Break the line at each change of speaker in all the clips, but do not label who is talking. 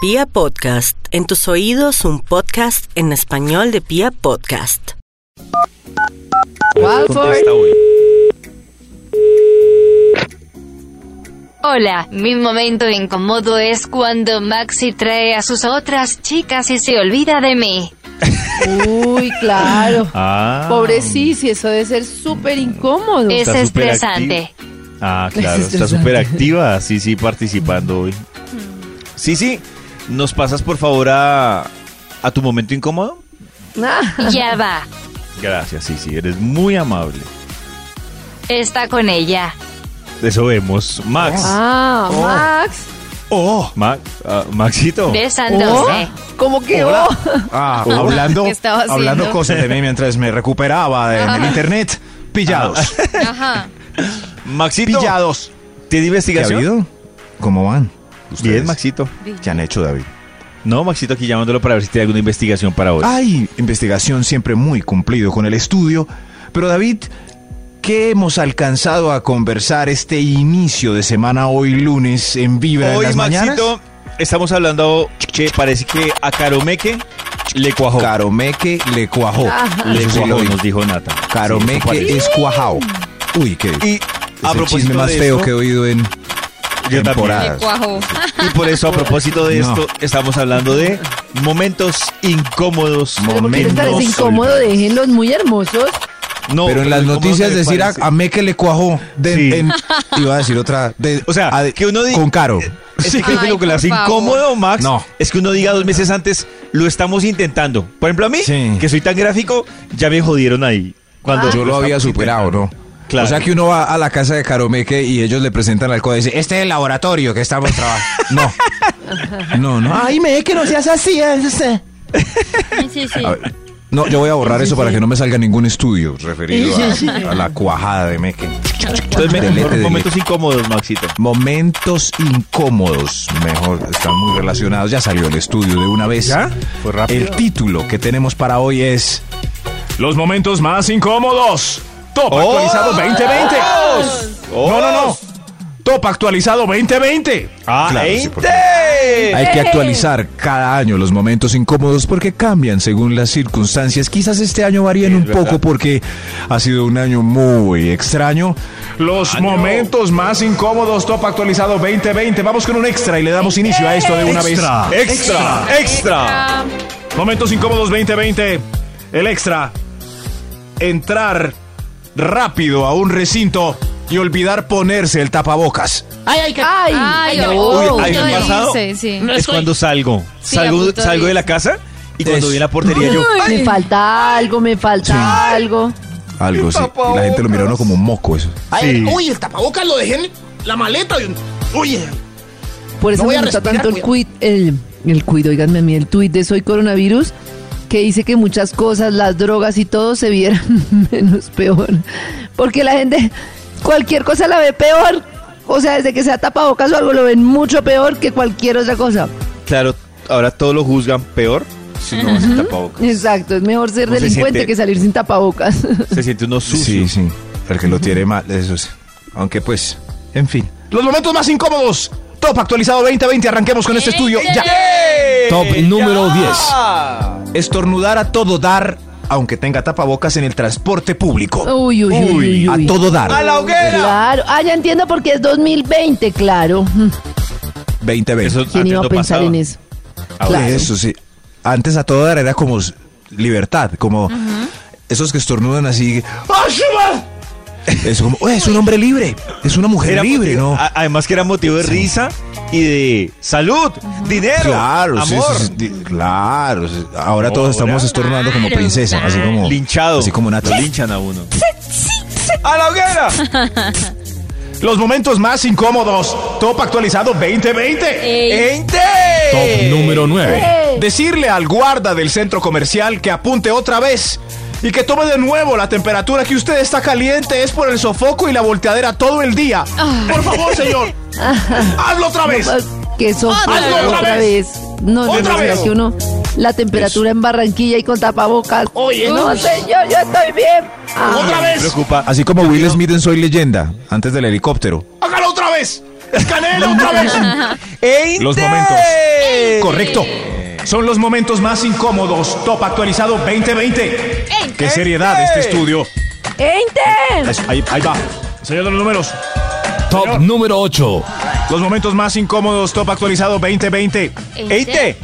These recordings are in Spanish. Pia Podcast, en tus oídos un podcast en español de Pia Podcast.
Contesta
Walford.
hoy.
Hola, mi momento incómodo es cuando Maxi trae a sus otras chicas y se olvida de mí.
Uy, claro.
Ah,
Pobre Sisi, eso debe ser súper incómodo.
Es
Está súper
estresante.
Ah, claro,
Es
está
estresante.
súper activa. Sí, sí, participando hoy.
Mm.
Sí, sí. ¿Nos pasas por favor a, a tu momento incómodo?
Ah,
Ya va.
Gracias, sí, sí, eres muy amable.
Está con ella.
Eso vemos. Max.
ah,
Oh.
Max. Oh.
Oh, Max, Maxito.
Besándose.
¿Cómo que
Oh. Hola.
oh?
Ah, hablando,
eh. ¿Qué estaba haciendo?
hablando cosas de mí mientras me recuperaba de- en el internet. Pillados.
Ajá.
Maxito.
Pillados.
¿Te di
¿Qué ha
investigación?
habido? ¿Cómo van? ¿Ustedes?
Bien, Maxito.
¿Qué han hecho, David?
No, Maxito, aquí llamándolo para ver si tiene alguna investigación para hoy.
Ay, investigación siempre muy cumplido con el estudio. Pero, David, ¿qué hemos alcanzado a conversar este inicio de semana hoy lunes en Vibra en
hoy,
las mañanas?
Maxito, estamos hablando que parece que a Caromeque le cuajó.
Caromeque le cuajó.
le
Eso sí lo
cuajó,
vi.
nos dijo Nata. Sí,
Caromeque
eso parece.
es cuajao. Uy, qué...
Y
es
a
el
propósito
chisme más
de
feo
esto,
que he oído en
yo también.
temporadas.
Le cuajó.
Y por eso, a propósito de
No.
esto, estamos hablando de momentos incómodos.
Pero ¿por qué les
Momentos
parece incómodo?
olvidados.
Déjenlos muy hermosos.
No,
pero en las
incómodos
noticias
me
decir a,
parece.
a Meque le cuajó. De,
Sí.
en- iba a decir otra. de-
O sea,
a-
que uno eh, diga.
con caro.
Es que
Ay,
creo que lo que
por
hace
favor.
incómodo, Max,
No.
es que uno diga dos meses antes, lo estamos intentando. Por ejemplo, a mí,
Sí.
que soy tan gráfico, ya me jodieron ahí. Cuando
Yo lo había
estamos
superado, ¿no?
Claro.
O sea que uno va a la casa de Caromeque y ellos le presentan al código y dice, este es el laboratorio que estamos trabajando. No. No, no. Ay, Meque, no seas así.
Sí, sí.
A ver, no, yo voy a borrar eso para que no me salga ningún estudio referido a- a, la cuajada de Meque.
Entonces, me-
Delete,
por
delete.
momentos incómodos, Maxito.
Momentos incómodos, mejor, están muy relacionados. Ya salió el estudio de una vez.
¿Ya? Fue rápido.
El título que tenemos para hoy es Los momentos más incómodos. Top Oh. actualizado
Oh.
2020. No, no, no. Top actualizado 2020.
¡Ah,
Claro, sí, porque-
¡Ente!
Hay que actualizar cada año los momentos incómodos porque cambian según las circunstancias. Quizás este año varíen
Sí, es
un poco
verdad.
porque ha sido un año muy extraño. Los momentos más incómodos, top actualizado 2020. Vamos con un extra y le damos inicio a esto de una vez. Eh,
¡Extra! ¡Extra!
Momentos incómodos 2020. El extra. Entrar rápido a un recinto y olvidar ponerse el tapabocas.
Ah.
Ay,
Ay,
no.
uy,
Uy, ¿hay
no
un
dice,
pasado?
sí.
es cuando salgo.
Sí, a
salgo
punto de
salgo de
ir.
la casa y cuando
Es-
vi la portería yo...
me falta algo, me falta
Sí.
algo.
Algo sí. La gente lo mira a uno como un moco eso.
Sí.
Uy, el tapabocas lo dejé en la maleta. Oye,
Por eso
No voy
me
a
gusta
respirar,
tanto el
cuidado.
cuid, el, el cuid, oiganme a mí, el tuit de Soy Coronavirus, que dice que muchas cosas, las drogas y todo se vieran menos peor. Porque la gente, cualquier cosa la ve peor. O sea, desde que sea tapabocas o algo, lo ven mucho peor que cualquier otra cosa.
Claro, ahora todos lo juzgan peor si no vas sin tapabocas.
Exacto, es mejor ser
No se
delincuente
siente-
que salir sin tapabocas.
Se siente uno sucio.
Sí, sí. El que lo tiene mal, eso sí. Aunque pues, en fin.
los momentos más incómodos.
Top actualizado 2020, arranquemos con este estudio. Ya. Top número 10. Estornudar a todo dar, aunque tenga tapabocas en el transporte público.
Uy, uy, uy, uy, uy.
A todo dar.
¡A la hoguera!
Claro, ah, ya entiendo por qué es 2020, claro.
2020.
Eso
¿Quién
antes
iba a
Ah,
pensar
no pasaba.
en eso?
Ahora, Ah, Eso sí. Antes a todo dar era como s- libertad, como esos que estornudan así.
¡Ah,
Es como, "Oye, es un hombre libre, es una mujer
Era
libre,
motivo-
¿no?
a- Además que era motivo de risa y de salud, dinero,
Claro, sí,
amor.
sí, sí, di- claro. sí. Ahora todos
Ahora.
estamos estornudando como
Claro,
princesa, así
claro.
como
Linchado.
así como
Lo
Natalia.
linchan a uno. ¡A la hoguera!
Pues,
Los momentos más incómodos. Top actualizado 2020.
Ey.
Top número 9. Decirle al guarda del centro comercial que apunte otra vez y que tome de nuevo la temperatura que usted está caliente es por el sofoco y la volteadera todo el día. Por favor, señor. Hazlo otra vez.
Ah, Que eso
Otra
pasa
vez.
otra, vez. No, no,
Otra
no,
vez.
que uno la temperatura en Barranquilla y con tapabocas.
Oye,
no,
no.
señor, yo estoy bien. Ah,
Otra
Me
vez.
preocupa.
Así como Will Smith en Soy Leyenda, antes del helicóptero.
Hágalo otra vez. ¡E Escanéelo otra vez.
¡Ey!
Los momentos.
¡Eh!
Correcto. Son los momentos más incómodos. Top actualizado 2020. ¡Qué seriedad este estudio!
Ah, ¡Enter!
Eso, ahí, ahí va. Señor de los números.
Top número 8.
Los momentos más incómodos. Top actualizado 2020.
¿En
Eite.
serio?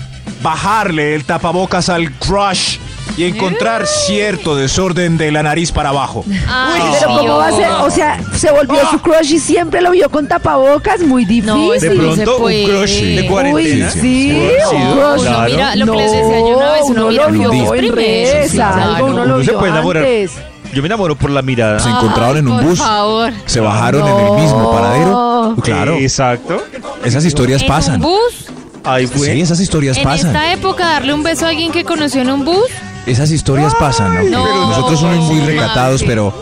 Bajarle el tapabocas al crush y encontrar cierto desorden de la nariz para abajo.
Uy, pero ¿cómo va a ser? O sea, se volvió su crush y siempre lo vio con tapabocas. Muy
Ah. No,
difícil.
eso
De
no se
pronto,
puede.
un crush de
Uy,
cuarentena.
Uy, sí,
Puede haber
un
sido,
crush.
Uno
claro.
mira- lo que les decía yo una vez, uno
no
mira
lo
videos
vio en
primero,
redes,
sí,
algo,
claro.
uno lo
Uno se
vio
puede enamorar.
antes.
Yo me enamoro por la mirada.
Se encontraron en un
Por
bus.
favor.
Se bajaron en el mismo
No.
paradero. Claro.
Exacto.
Esas historias
¿En un
pasan.
bus?
Ahí fue.
Sí, esas historias
¿En
pasan.
esta época darle un beso a alguien que conoció en un bus?
Esas historias pasan. aunque
no.
Nosotros somos muy recatados, pero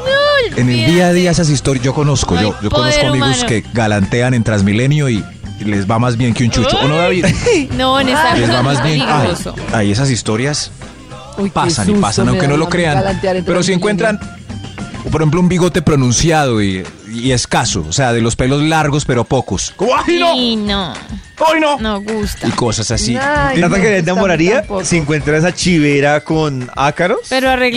en el día a día esas historias yo conozco.
No hay
Yo, yo
poder
conozco amigos
humano.
que galantean en Transmilenio y y les va más bien que un chucho. ¿O no, David?
No, en esta
Les
época
va más
es
bien. Ay,
peligroso.
ay, esas historias
Uy, qué
pasan y
susto
pasan,
me
aunque
da
no lo
a mí
crean.
galantear en
Pero si
Transmilenio.
encuentran, por ejemplo, un bigote pronunciado y, y escaso, o sea, de los pelos largos pero pocos,
¡Ay, no!
Y no,
¡Ay, no!
no gusta.
y cosas así.
Ay,
Nata
no,
que le
está muy
enamoraría
tampoco.
si encuentra esa chivera con ácaros.
Pero
Que le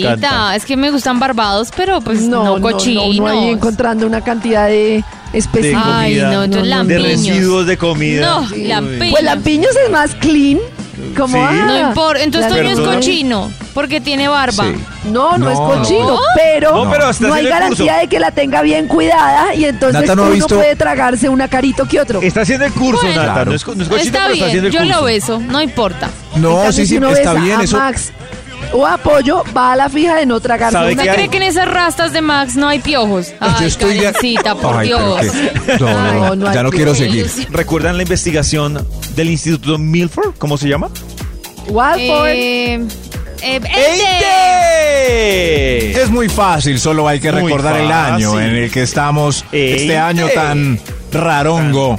encanta.
arregladita. Es que me gustan barbados, pero pues no, cochinos.
No, uno ahí encontrando una cantidad de especies.
De
Ay,
comida,
no,
no,
entonces
no,
de
Lampiños.
residuos de comida.
No,
Uy.
lampiños.
Pues lampiños es más clean. Como,
Sí.
ah,
No importa, entonces
la
Toño es
verdad.
cochino, porque tiene barba.
Sí.
No, no,
No,
es
no.
cochino, pero
No,
no,
pero hasta
hay
hacer el
garantía
curso.
de que la tenga bien cuidada y entonces
Nata no ha
uno
visto-
puede tragarse una carito que otro.
Está haciendo el curso,
Bueno.
Nata.
Claro.
No es, co- no es cochino,
está
pero está
bien,
haciendo el
yo
curso.
lo beso, no importa.
No,
También
sí,
si
sí,
uno
está
besa
bien
a
eso.
Max o apoyo va a la fija de no tragarse
¿Sabe
una
qué
¿Usted
hay?
cree que en esas rastas de Max no hay piojos? Ay,
de-
Karencita, por
Ay, pero
Dios.
qué- No, no, no,
No, no
ya
hay
no
que-
quiero seguir.
Ellos-
¿Recuerdan la investigación del Instituto Milford? ¿Cómo se llama?
Walford.
Eh, eh,
¡Eite!
Es muy fácil, solo hay que
Muy
recordar el año
fácil.
en el que estamos,
Ey,
este año
ey.
tan rarongo.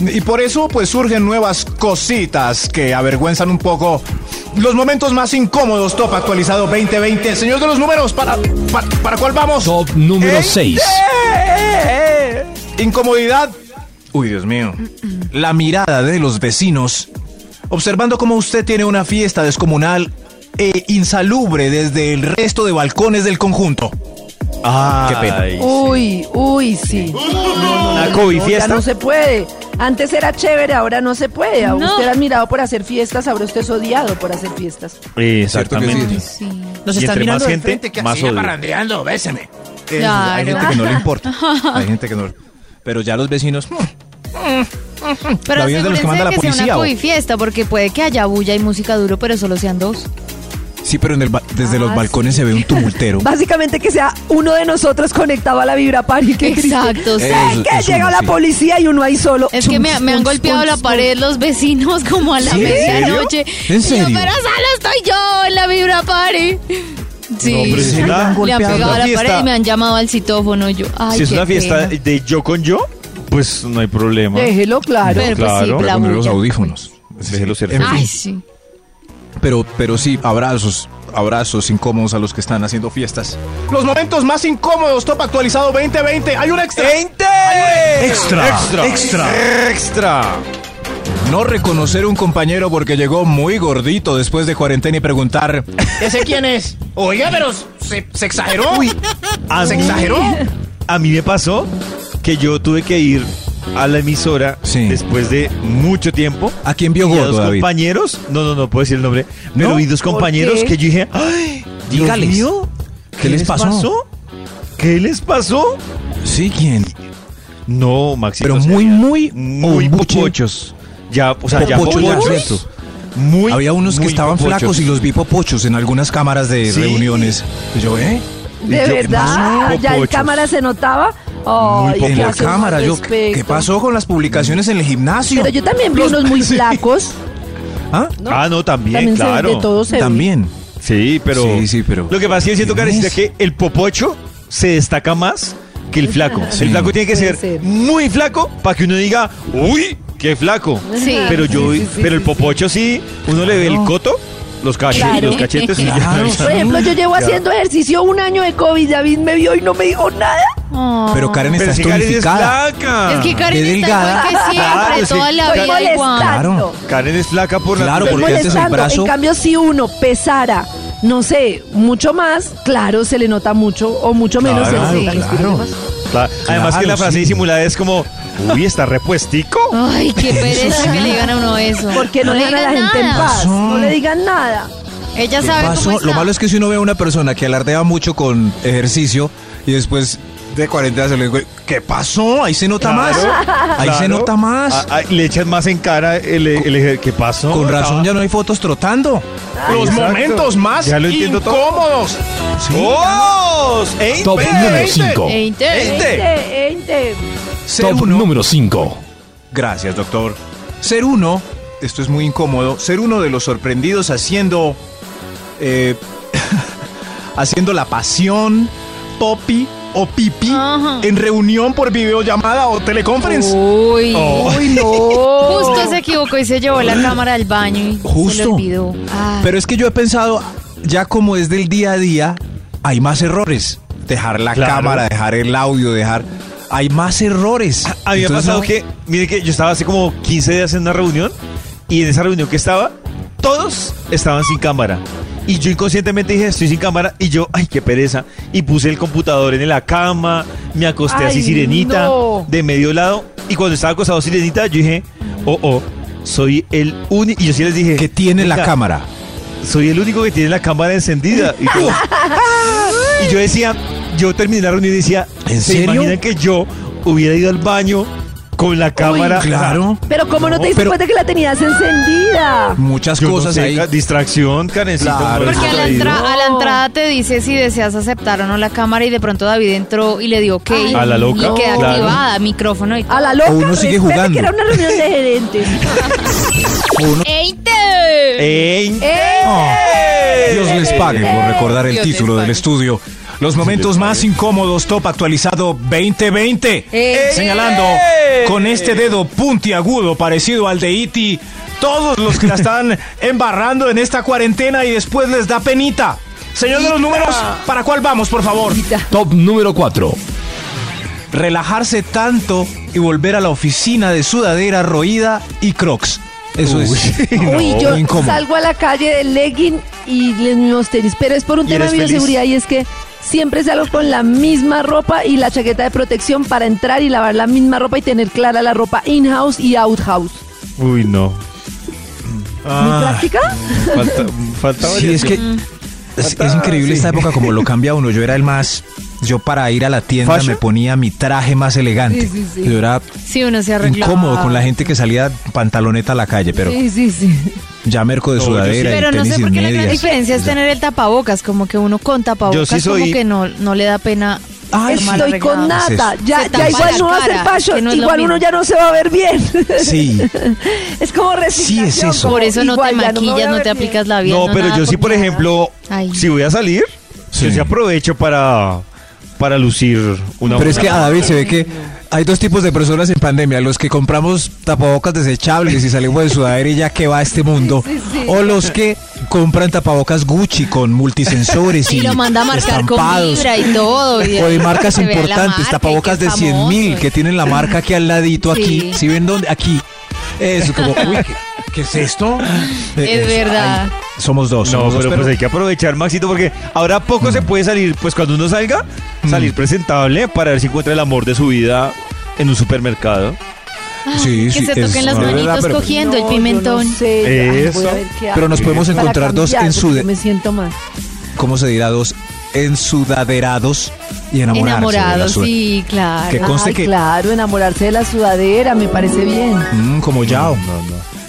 Y por eso pues surgen nuevas cositas que avergüenzan un poco los momentos más incómodos. Top actualizado 2020. Señor de los números, ¿para, para, para cuál vamos?
Top número 6.
Incomodidad. Uy, Dios mío. La mirada de los vecinos. Observando cómo usted tiene una fiesta descomunal e insalubre desde el resto de balcones del conjunto.
Ah,
Qué pena.
Uy, uy, sí.
Una
No, ya
COVID-fiesta.
no se puede. Antes era chévere, ahora no se puede. Ahora
No.
Usted era admirado por hacer fiestas, ahora usted es odiado por hacer fiestas.
Cierto que
Exactamente.
sí.
Nos
Y entre más gente,
que
más
siga
odio.
parrandeando, béseme.
Eh, Hay
Claro.
gente que no le importa. Hay gente que no. Pero ya los vecinos. mm,
Pero
David es de los
asegúrense
que manda la
que sea
policía,
una
¿o?
cubi fiesta, porque puede que haya bulla y música duro, pero solo sean dos.
Sí, pero en el ba- desde los
Ah,
balcones se ve un tumultero.
Básicamente que sea uno de nosotros conectado a la vibra party. Qué triste.
Exacto, sí.
Eso,
que
eso
llega
no,
la
sí.
policía y uno ahí solo.
Es que me, me han golpeado la pared los vecinos como a la
¿Sí? ¿En serio?
medianoche.
¿En
Y yo,
serio?
pero solo estoy yo en la vibra party.
No,
Sí.
pero si es una,
Le han pegado a la
fiesta-
pared y me han llamado al citófono yo. Ay,
si es
qué
una fiesta eh,
pena.
de yo con yo, pues no hay problema.
Déjelo claro.
Pero pues
claro,
sí,
Voy a
la
poner los
bulla.
audífonos.
Déjelo ser.
En
Ay,
fin,
sí.
pero, pero sí, abrazos, abrazos incómodos a los que están haciendo fiestas.
Los momentos más incómodos. Top actualizado 2020. Hay un extra.
Extra, extra, extra,
No reconocer un compañero porque llegó muy gordito después de cuarentena y preguntar,
¿Ese quién es? Oiga, pero se, se exageró.
A
¿Se
mí-
exageró?
A mí me pasó que yo tuve que ir a la emisora
Sí.
después de mucho tiempo.
¿a quién vio
y a
gordo,
dos
David?
compañeros, no, no, no puedo decir el nombre,
¿No?
pero vi dos
¿Por
compañeros
qué?
que yo dije, ¡ay! Dios
Dígales.
mío,
¿Qué les pasó?
¿Qué les pasó?
Sí, ¿quién?
No, Maxi.
Pero muy, muy,
muy
popoche.
popochos. Ya, o sea, ya
Popochos, ya,
popochos.
¿cierto?
Muy,
Había unos que
muy
estaban
popochos.
flacos y los vi popochos en algunas cámaras de
Sí.
reuniones. Y yo, ¿eh?
De
Yo-
verdad, Ah,
Popochos.
ya en cámara se notaba. Ay, ¿qué
en la
hace uno al
cámara, yo, ¿qué
respecto?
qué pasó con las publicaciones en el gimnasio?
Pero yo también vi unos muy flacos.
¿Ah?
¿no?
Ah, no, también,
También se-
claro.
de todo se ve.
También.
Sí, pero.
Sí, sí, pero-
Lo que pasa es que siento,
¿Quién
Karencita,
es?
que el popocho se destaca más que el flaco.
Sí.
El flaco tiene que
Puede
ser,
ser.
muy flaco para que uno diga, uy, qué flaco.
Sí.
Pero yo,
Sí, sí, sí,
pero el
sí,
popocho sí, uno le ve el coto Los cachetes.
Claro.
Los cachetes. y ya.
Por ejemplo, yo llevo haciendo ejercicio un año de COVID, David me vio y no me dijo nada.
Oh.
Pero Karen
Pero
está
si Karen es
tonificada.
flaca.
Es que Karen
Ah, Qué
está igual
delgada.
que siempre,
Claro, sí.
toda la
Estoy
vida igual.
molestando.
Karen es flaca por
Claro,
Estoy
porque
naturaleza.
antes el
molestando.
brazo-
En cambio, si uno pesara, no sé, mucho más, claro, se le nota mucho o mucho menos.
Claro,
se le notan los
claro.
problemas.
Claro, Además que la
sí.
frase disimulada es como, uy, está repuestico.
Ay, qué pereza que le digan a uno eso.
Porque no, dejan a la
digan
gente en
nada.
paz, no le digan nada.
Ella
¿Qué
sabe
pasó?
cómo está.
Lo malo es que si uno ve a una persona que alardea mucho con ejercicio y después de 40 se le dice, ¿qué pasó? Ahí se nota más. Ahí se
Claro.
nota más.
Ah, ah, le echan más en cara el, el, el- ¿Qué pasó?
Con razón ya no hay fotos trotando.
Los
Exacto.
momentos más
Ya lo entiendo todo.
incómodos.
¡Oh! ¡Ey,
Top
ve!
número 5.
E interés.
Ente, ente.
Ser
Top
uno-
número 5.
Gracias, doctor. Ser uno, esto es muy incómodo, ser uno de los sorprendidos haciendo. eh, haciendo la pasión, popi o pipi
Ajá.
En reunión por videollamada o teleconference.
Uy.
Uy, no.
Justo se equivocó y se llevó la cámara al baño y se
Justo.
lo olvidó. Ah.
Pero es que yo he pensado, ya como es del día a día, hay más errores. Dejar la
Claro.
cámara, dejar el audio, dejar. Hay más errores.
Había
Entonces,
pasado
no-
que, mire que yo estaba hace como 15 días en una reunión y en esa reunión que estaba, todos estaban sin cámara. Y yo inconscientemente dije, estoy sin cámara. Y yo, ay, qué pereza. Y puse el computador en la cama, me acosté así
Ay,
sirenita,
no.
de medio lado. Y cuando estaba acostado sirenita, yo dije, oh, oh, soy el único. Y yo sí les dije,
Que tiene la
"Venga,
cámara.
soy el único que tiene la cámara encendida. Y, todo. Y yo decía, yo terminé la reunión y decía,
¿En
¿se
serio?
imaginan que yo hubiera ido al baño con la cámara?
Claro.
Pero cómo no,
No,
te diste
pero-
cuenta que la tenías encendida.
Muchas
Yo no
cosas
sé,
ahí.
ca- Distracción, Karencita.
Claro,
uno
eso
Porque a
distraído.
la,
te
entra-
digo.
a la entrada te dice si deseas aceptar o no la cámara y de pronto David entró y le dio ok.
Ay,
A la loca,
Y queda
claro.
activada, micrófono y
A
todo.
la loca,
uno sigue
respete
jugando.
que era una reunión de gerentes.
¡Eite!
¡Ey!
Eh.
Oh, Dios les pague por recordar el
Dios les
título del
pague.
estudio. Los momentos más incómodos, top actualizado 2020.
Eh.
Señalando con este dedo puntiagudo parecido al de Iti, todos los que la están embarrando en esta cuarentena y después les da penita. Señor de los números, ¿para cuál vamos, por favor?
Top número 4.
Relajarse tanto y volver a la oficina de sudadera roída y crocs. Eso es.
Uy, yo
muy incómodo.
salgo a la calle del legging y los mismos tenis, pero es por un
¿Y
tema
eres
de
feliz?
bioseguridad y es que siempre salgo con la misma ropa y la chaqueta de protección para entrar y lavar la misma ropa y tener clara la ropa in-house y out-house.
Uy, no.
Ah.
¿Muy práctica?
Falta, falta
Sí, es que es,
Ah,
es increíble esta época como lo cambia uno. Yo era el más, yo para ir a la tienda
¿Fashion?
me ponía mi traje más elegante.
Sí, sí, sí.
Yo era
Sí, uno se arregló.
incómodo con la gente que salía pantaloneta a la calle, pero
Sí, sí, sí.
ya merco de
No, yo
sudadera
Pero
y
no
tenis
sé
y
por qué la gran
medias.
diferencia es tener el tapabocas, como que uno con tapabocas
sí soy-
como que no, no le da pena.
Ay,
ser mal
Estoy
arreglado.
con
Es
nata.
eso.
Ya,
Se
ya
tapa
igual
la
no va a
cara,
ser fashion.
que no es lo
igual uno
mismo.
ya no se va a ver bien.
Sí,
es como resignación.
Sí, es eso.
como
Por eso no te
igual ya me voy
maquillas,
a
no,
ver
te
bien.
aplicas la vida.
No, pero yo sí, por ejemplo,
Ay.
si voy a salir, yo
Sí.
sí aprovecho para, para lucir una
pero es
buena-
que a David se ve que hay dos tipos de personas en pandemia, los que compramos tapabocas desechables y salimos de sudadera y ya que va a este mundo,
Sí, sí, sí.
o los que compran tapabocas Gucci con multisensores y,
Y lo manda a marcar con
estampados.
vibra y todo. y-
O de marcas
que vea la
importantes,
marca y
tapabocas
que
de
es
100 mil
famoso.
que tienen la marca aquí al ladito, aquí.
Sí.
¿Sí ven dónde? Aquí. Eso, como, uy, ¿qué, qué es esto?
Es verdad.
ay, somos dos.
No,
somos dos,
pero pues hay que aprovechar, Maxito, porque ahora poco se puede salir, pues cuando uno salga, salir presentable para ver si encuentra el amor de su vida en un supermercado.
sí,
Que
sí,
se
es-
toquen las
es verdad,
manitos
pero-
cogiendo
No,
el
yo
pimentón.
no sé. Ay, voy a
Eso.
ver qué
Pero
hago.
nos podemos
Para
encontrar dos
cambiar,
en su...
porque
de-
Me siento mal.
¿Cómo se dirá? Dos ensudaderados y enamorarse.
Enamorados,
de la su-
sí, claro.
Que conste
Ay,
que...
claro, enamorarse de la sudadera me parece bien.
Mm, como Yao.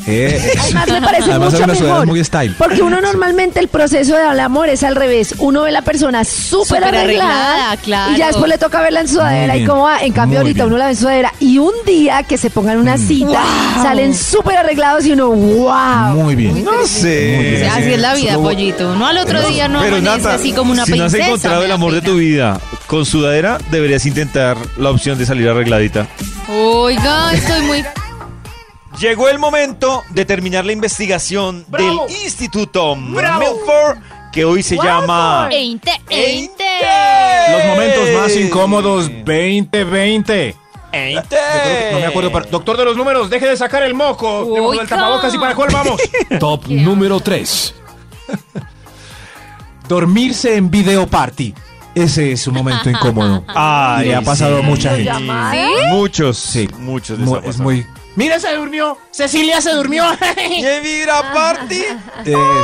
Eh, No, no,
Además me parece
Además,
mucho
una sudadera
mejor.
muy style.
Porque uno normalmente el proceso del amor es al revés. Uno ve la persona súper
Súper
arreglada,
arreglada, claro.
y ya después le toca verla en sudadera
Muy
y
bien,
cómo va. En cambio
muy
ahorita
bien. Mm.
uno la ve en sudadera y un día que se pongan una cita salen súper arreglados y uno wow.
Muy bien.
No sé.
Así es la vida,
Solo-
pollito. No al otro día no
Eh, pero
amanece
Nata,
así como una
si
princesa.
no has encontrado
me
el
da
amor de
pena.
tu vida con sudadera, deberías intentar la opción de salir arregladita.
Oiga, estoy muy...
Llegó el momento de terminar la investigación
Bravo.
del Instituto Milford, que hoy se llama...
Einte,
E
einte.
Los momentos más incómodos 2020.
Einte.
No me acuerdo. para-
Doctor de los números, deje de sacar el moco.
Uy,
Devuelva el
ca-
tapabocas y para cuál vamos.
Top número 3.
Dormirse en video party. Ese es un momento incómodo.
Ah,
Y
le ha pasado a mucha gente. Muchos,
Sí.
muchos les
Mu-
ha
es
pasado.
muy.
Mira, se durmió. Cecilia se durmió.
¡Qué vibra party!
Eso.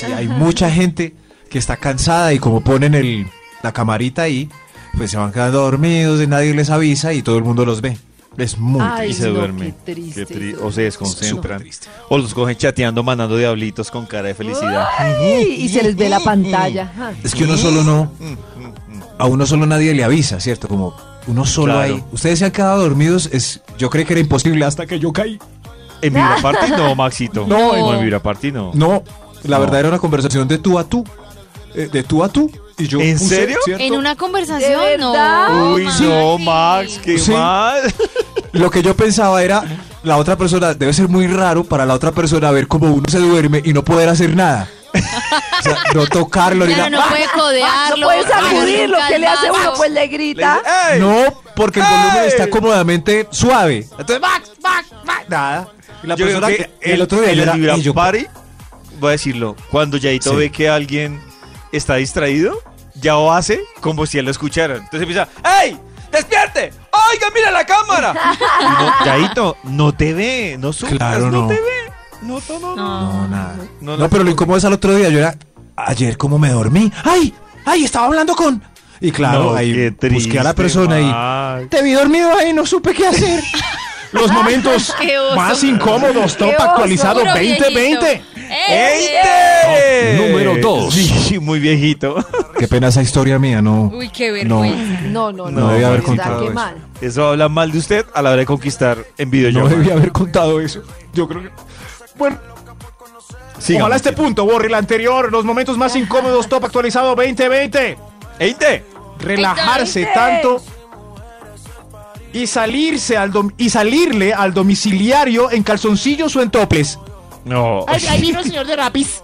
Sí, hay mucha gente que está cansada y como ponen el, la camarita ahí, pues se van quedando dormidos y nadie les avisa y todo el mundo los ve. Es muy
Ay,
y se
no,
duermen.
qué triste.
tri- o se
Súper
desconcentran.
triste.
O los cogen chateando, mandando diablitos con cara de felicidad.
Ay, y se les ve la pantalla.
Mm.
Ay.
Es que uno solo no.
Mm,
A uno solo nadie le avisa, ¿cierto? Como uno solo
Claro.
ahí. Ustedes se han quedado dormidos, es, yo creí que era imposible hasta que yo caí.
En vibra party no, Maxito.
No,
en vibra party no.
No, la
No.
verdad era una conversación de tú a tú. eh, de tú a tú. Y yo
¿En serio?
¿cierto?
En una conversación,
¿De
no.
verdad?
Uy,
Maxi.
no, Max, qué
Sí.
mal.
Lo que yo pensaba era, la otra persona, debe ser muy raro para la otra persona ver cómo uno se duerme y no poder hacer nada. O sea, no tocarlo ni
Claro,
nada.
no puede codearlo.
No puede
claro,
sacudir lo
nunca
que le hace
el
uno,
vaso.
pues le grita.
No, porque el volumen
¡Ey!
está cómodamente suave.
Entonces, Max, Max, Max.
Nada. Y la
Yo creo
persona
que
que el, otro día
en
yo
la
era,
vibra
y yo,
party, voy a decirlo, cuando Yaito
Sí.
ve que alguien está distraído, ya lo hace como si él lo escuchara. Entonces empieza, ¡Ey! ¡Despierte! ¡Oiga, mira la cámara! Y no, Yaito, no te ve, no subas,
Claro,
no.
no.
te ve. No, no, no, no.
No, nada.
No,
No,
la-
pero lo incómodo es al otro día. Yo era, ayer cómo me dormí. ¡Ay! ¡Ay! Estaba hablando con. Y claro,
No,
ahí
qué
busqué a la
triste,
persona y.
Max.
Te vi dormido ahí, no supe qué hacer.
Los momentos
Qué oso.
más incómodos, top
oso.
actualizado
Puro
2020.
viejito.
¡Einte!
Top número dos.
Sí, muy viejito.
qué pena esa historia mía, no.
Uy, qué
No,
vergüenza.
No, Oh, no, no.
No debía
de
haber
verdad,
contado
qué
eso.
mal.
Eso habla mal de usted a la hora de conquistar en
no
videollamada.
debía haber contado eso. Yo creo que.
Bueno,
Siga,
ojalá
Maxito.
este punto borre el anterior. Los momentos más incómodos, top actualizado 2020.
¡Einte!
relajarse tanto y salirse al dom- y salirle al domiciliario en calzoncillos o en toples.
No.
Ay, ahí vino el señor de Rapis.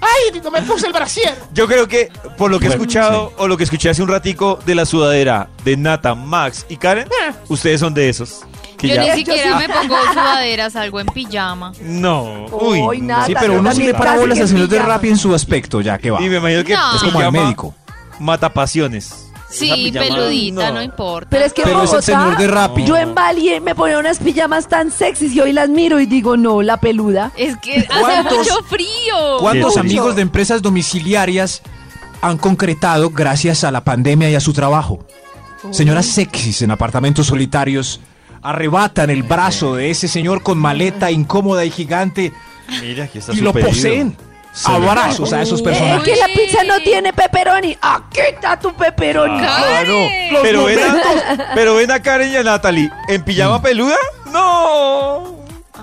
Ay, no me puse el brasier.
Yo creo que por lo que he
Bueno,
escuchado o lo que escuché hace un ratico de la sudadera de Nata, Max y Karen, ustedes son de esos. Que
Yo
ya-
ni siquiera me pongo sudaderas, salgo en pijama.
No.
Uy,
Uy, no.
Nata,
Sí, pero
yo
uno sí
también
le para
casi
bolas
que
al señor de
pijama.
Rappi en su aspecto, ya que va.
Y me imagino que
No.
se
Es como al
llama
médico.
Mata pasiones.
Sí, peludita, no. importa.
Pero es que en
Pero es el
Bogotá,
señor de Rappi.
yo en Bali eh, me ponía unas pijamas tan sexys y hoy las miro y digo, no, la peluda.
Es que hace
¿Cuántos-
mucho frío.
¿Cuántos
Mucho.
amigos de empresas domiciliarias han concretado gracias a la pandemia y a su trabajo? Señoras sexys en apartamentos solitarios arrebatan el brazo de ese señor con maleta incómoda y gigante
Mira, aquí está
y
su
lo
pedido.
poseen.
Se ve.
Abrazos a esos
Eh, Es
personajes.
que la pizza no
Uy.
tiene pepperoni. Aquí está tu pepperoni.
Ah.
Claro.
Los
Pero ven, a, pero ven a Karen y a Natalie en
Mm.
pijama peluda. No.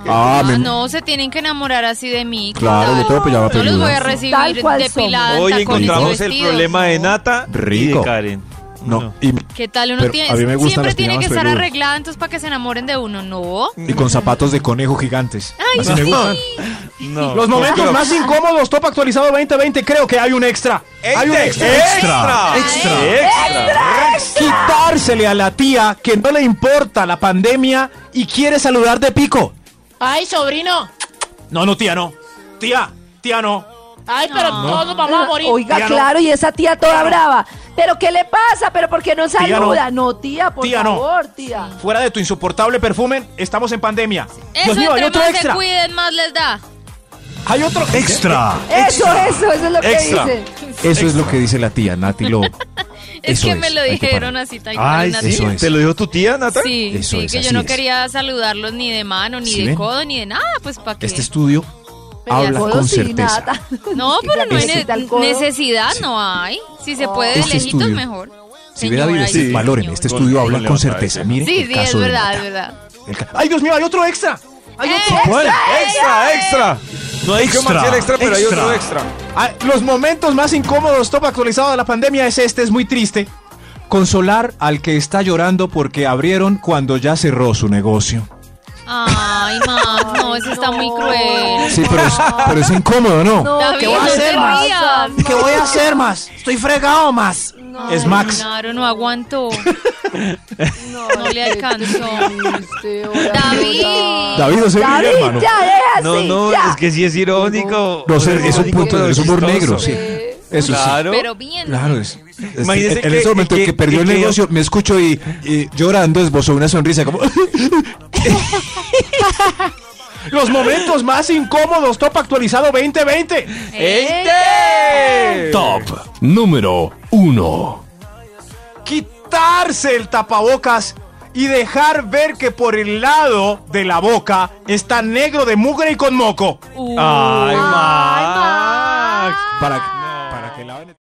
Ah, me-
no, se tienen que enamorar así de mí.
Claro, yo
no,
tengo pijama
no los
peluda.
voy a
Tal
recibir
cual
depilada. en
Hoy
tacones y
encontramos el
vestidos,
problema de
no.
Nata y de
Rico.
Karen.
No, y,
¿Qué tal? Uno
Pero
tiene,
a mí me gustan
siempre
las
tiene que
pijamas
estar
peludas.
arreglada, entonces para que se enamoren de uno, ¿no?
y con zapatos de conejo gigantes. Así me gustan.
No.
Los momentos más incómodos, top actualizado 2020. Creo que hay un extra.
Este
Hay
Este,
un extra.
Ah,
extra.
¿eh?
Extra.
Extra.
Quitársele a la tía que no le importa la pandemia y quiere saludar de pico.
Ay, sobrino.
No, no, tía, no. Tía, tía, no.
Ay, pero
No.
todos nos vamos a morir.
Oiga,
Tía, no.
claro, y esa tía toda brava. ¿Pero qué le pasa? ¿Pero por qué no
Tía, no.
saluda? no. tía, por
Tía, no.
favor, tía.
Fuera de tu insoportable perfume, estamos en pandemia.
Eso
hay
entre
otro
más se
extra.
cuiden, más les da.
Hay otro
Extra.
Eso, eso, eso es lo que
Extra.
dice.
Eso es lo que dice la tía, Nati lo.
Es
Eso
que me
es,
lo
hay que
dijeron
parar.
así tal cual.
Ay,
una
sí.
Eso
tía.
es.
¿Te lo dijo tu tía, Nata?
Sí,
Eso
sí,
es,
que yo
así
no
es.
quería saludarlos ni de mano, ni
¿Sí
de
ven?
codo, ni de nada, pues para qué.
Este estudio
Pero
habla
ya
Codo
con
sí,
certeza.
nada.
No, pero no hay
Este-
ne- necesidad, no hay. Si se puede de
Este
lejitos,
estudio.
mejor.
Si hubiera vivido,
Señora,
sí,
sí,
valoren.
señor.
Este estudio
Con-
habla
con
con
Leonardo.
certeza. Miren,
Sí,
Eh, el
sí,
caso
es
de
verdad,
Nata.
es verdad. Eh,
El ca-
¡Ay, Dios mío! ¡Hay otro extra! ¡Hay otro extra!
¿Cuál? Extra, extra. No ha dicho
Extra,
Maciel extra, pero hay otro
extra.
extra.
Ah, los momentos más incómodos, top actualizado de la pandemia es este, es muy triste.
Consolar al que está llorando porque abrieron cuando ya cerró su negocio.
Ay, Max, no, eso está muy cruel.
Sí, pero es, pero es incómodo, ¿no?
David,
¿qué voy a
no
hacer,
te
Max?
rías.
¿Qué voy a hacer más? Estoy fregado más.
Es Max.
Claro, no aguantó. No, le alcanzó. David.
David, no se ríe, hermano.
David, ya,
Ah,
deja
No,
así,
no,
ya.
es que sí es irónico.
No sé, es un
Irónico,
punto,
pero
es humor
chistoso.
negro, sí. Eso
Claro.
Pero bien.
sí. Claro, es. es-
Imagínese
en
que-
ese momento
que-
que, perdió el
que-
negocio, me escucho y, y llorando esbozó una sonrisa como.
Los momentos más incómodos, Top Actualizado 2020.
Top número 1.
Quitarse el tapabocas y dejar ver que por el lado de la boca está negro de mugre y con moco.
Uh,
Ay, Max.
para,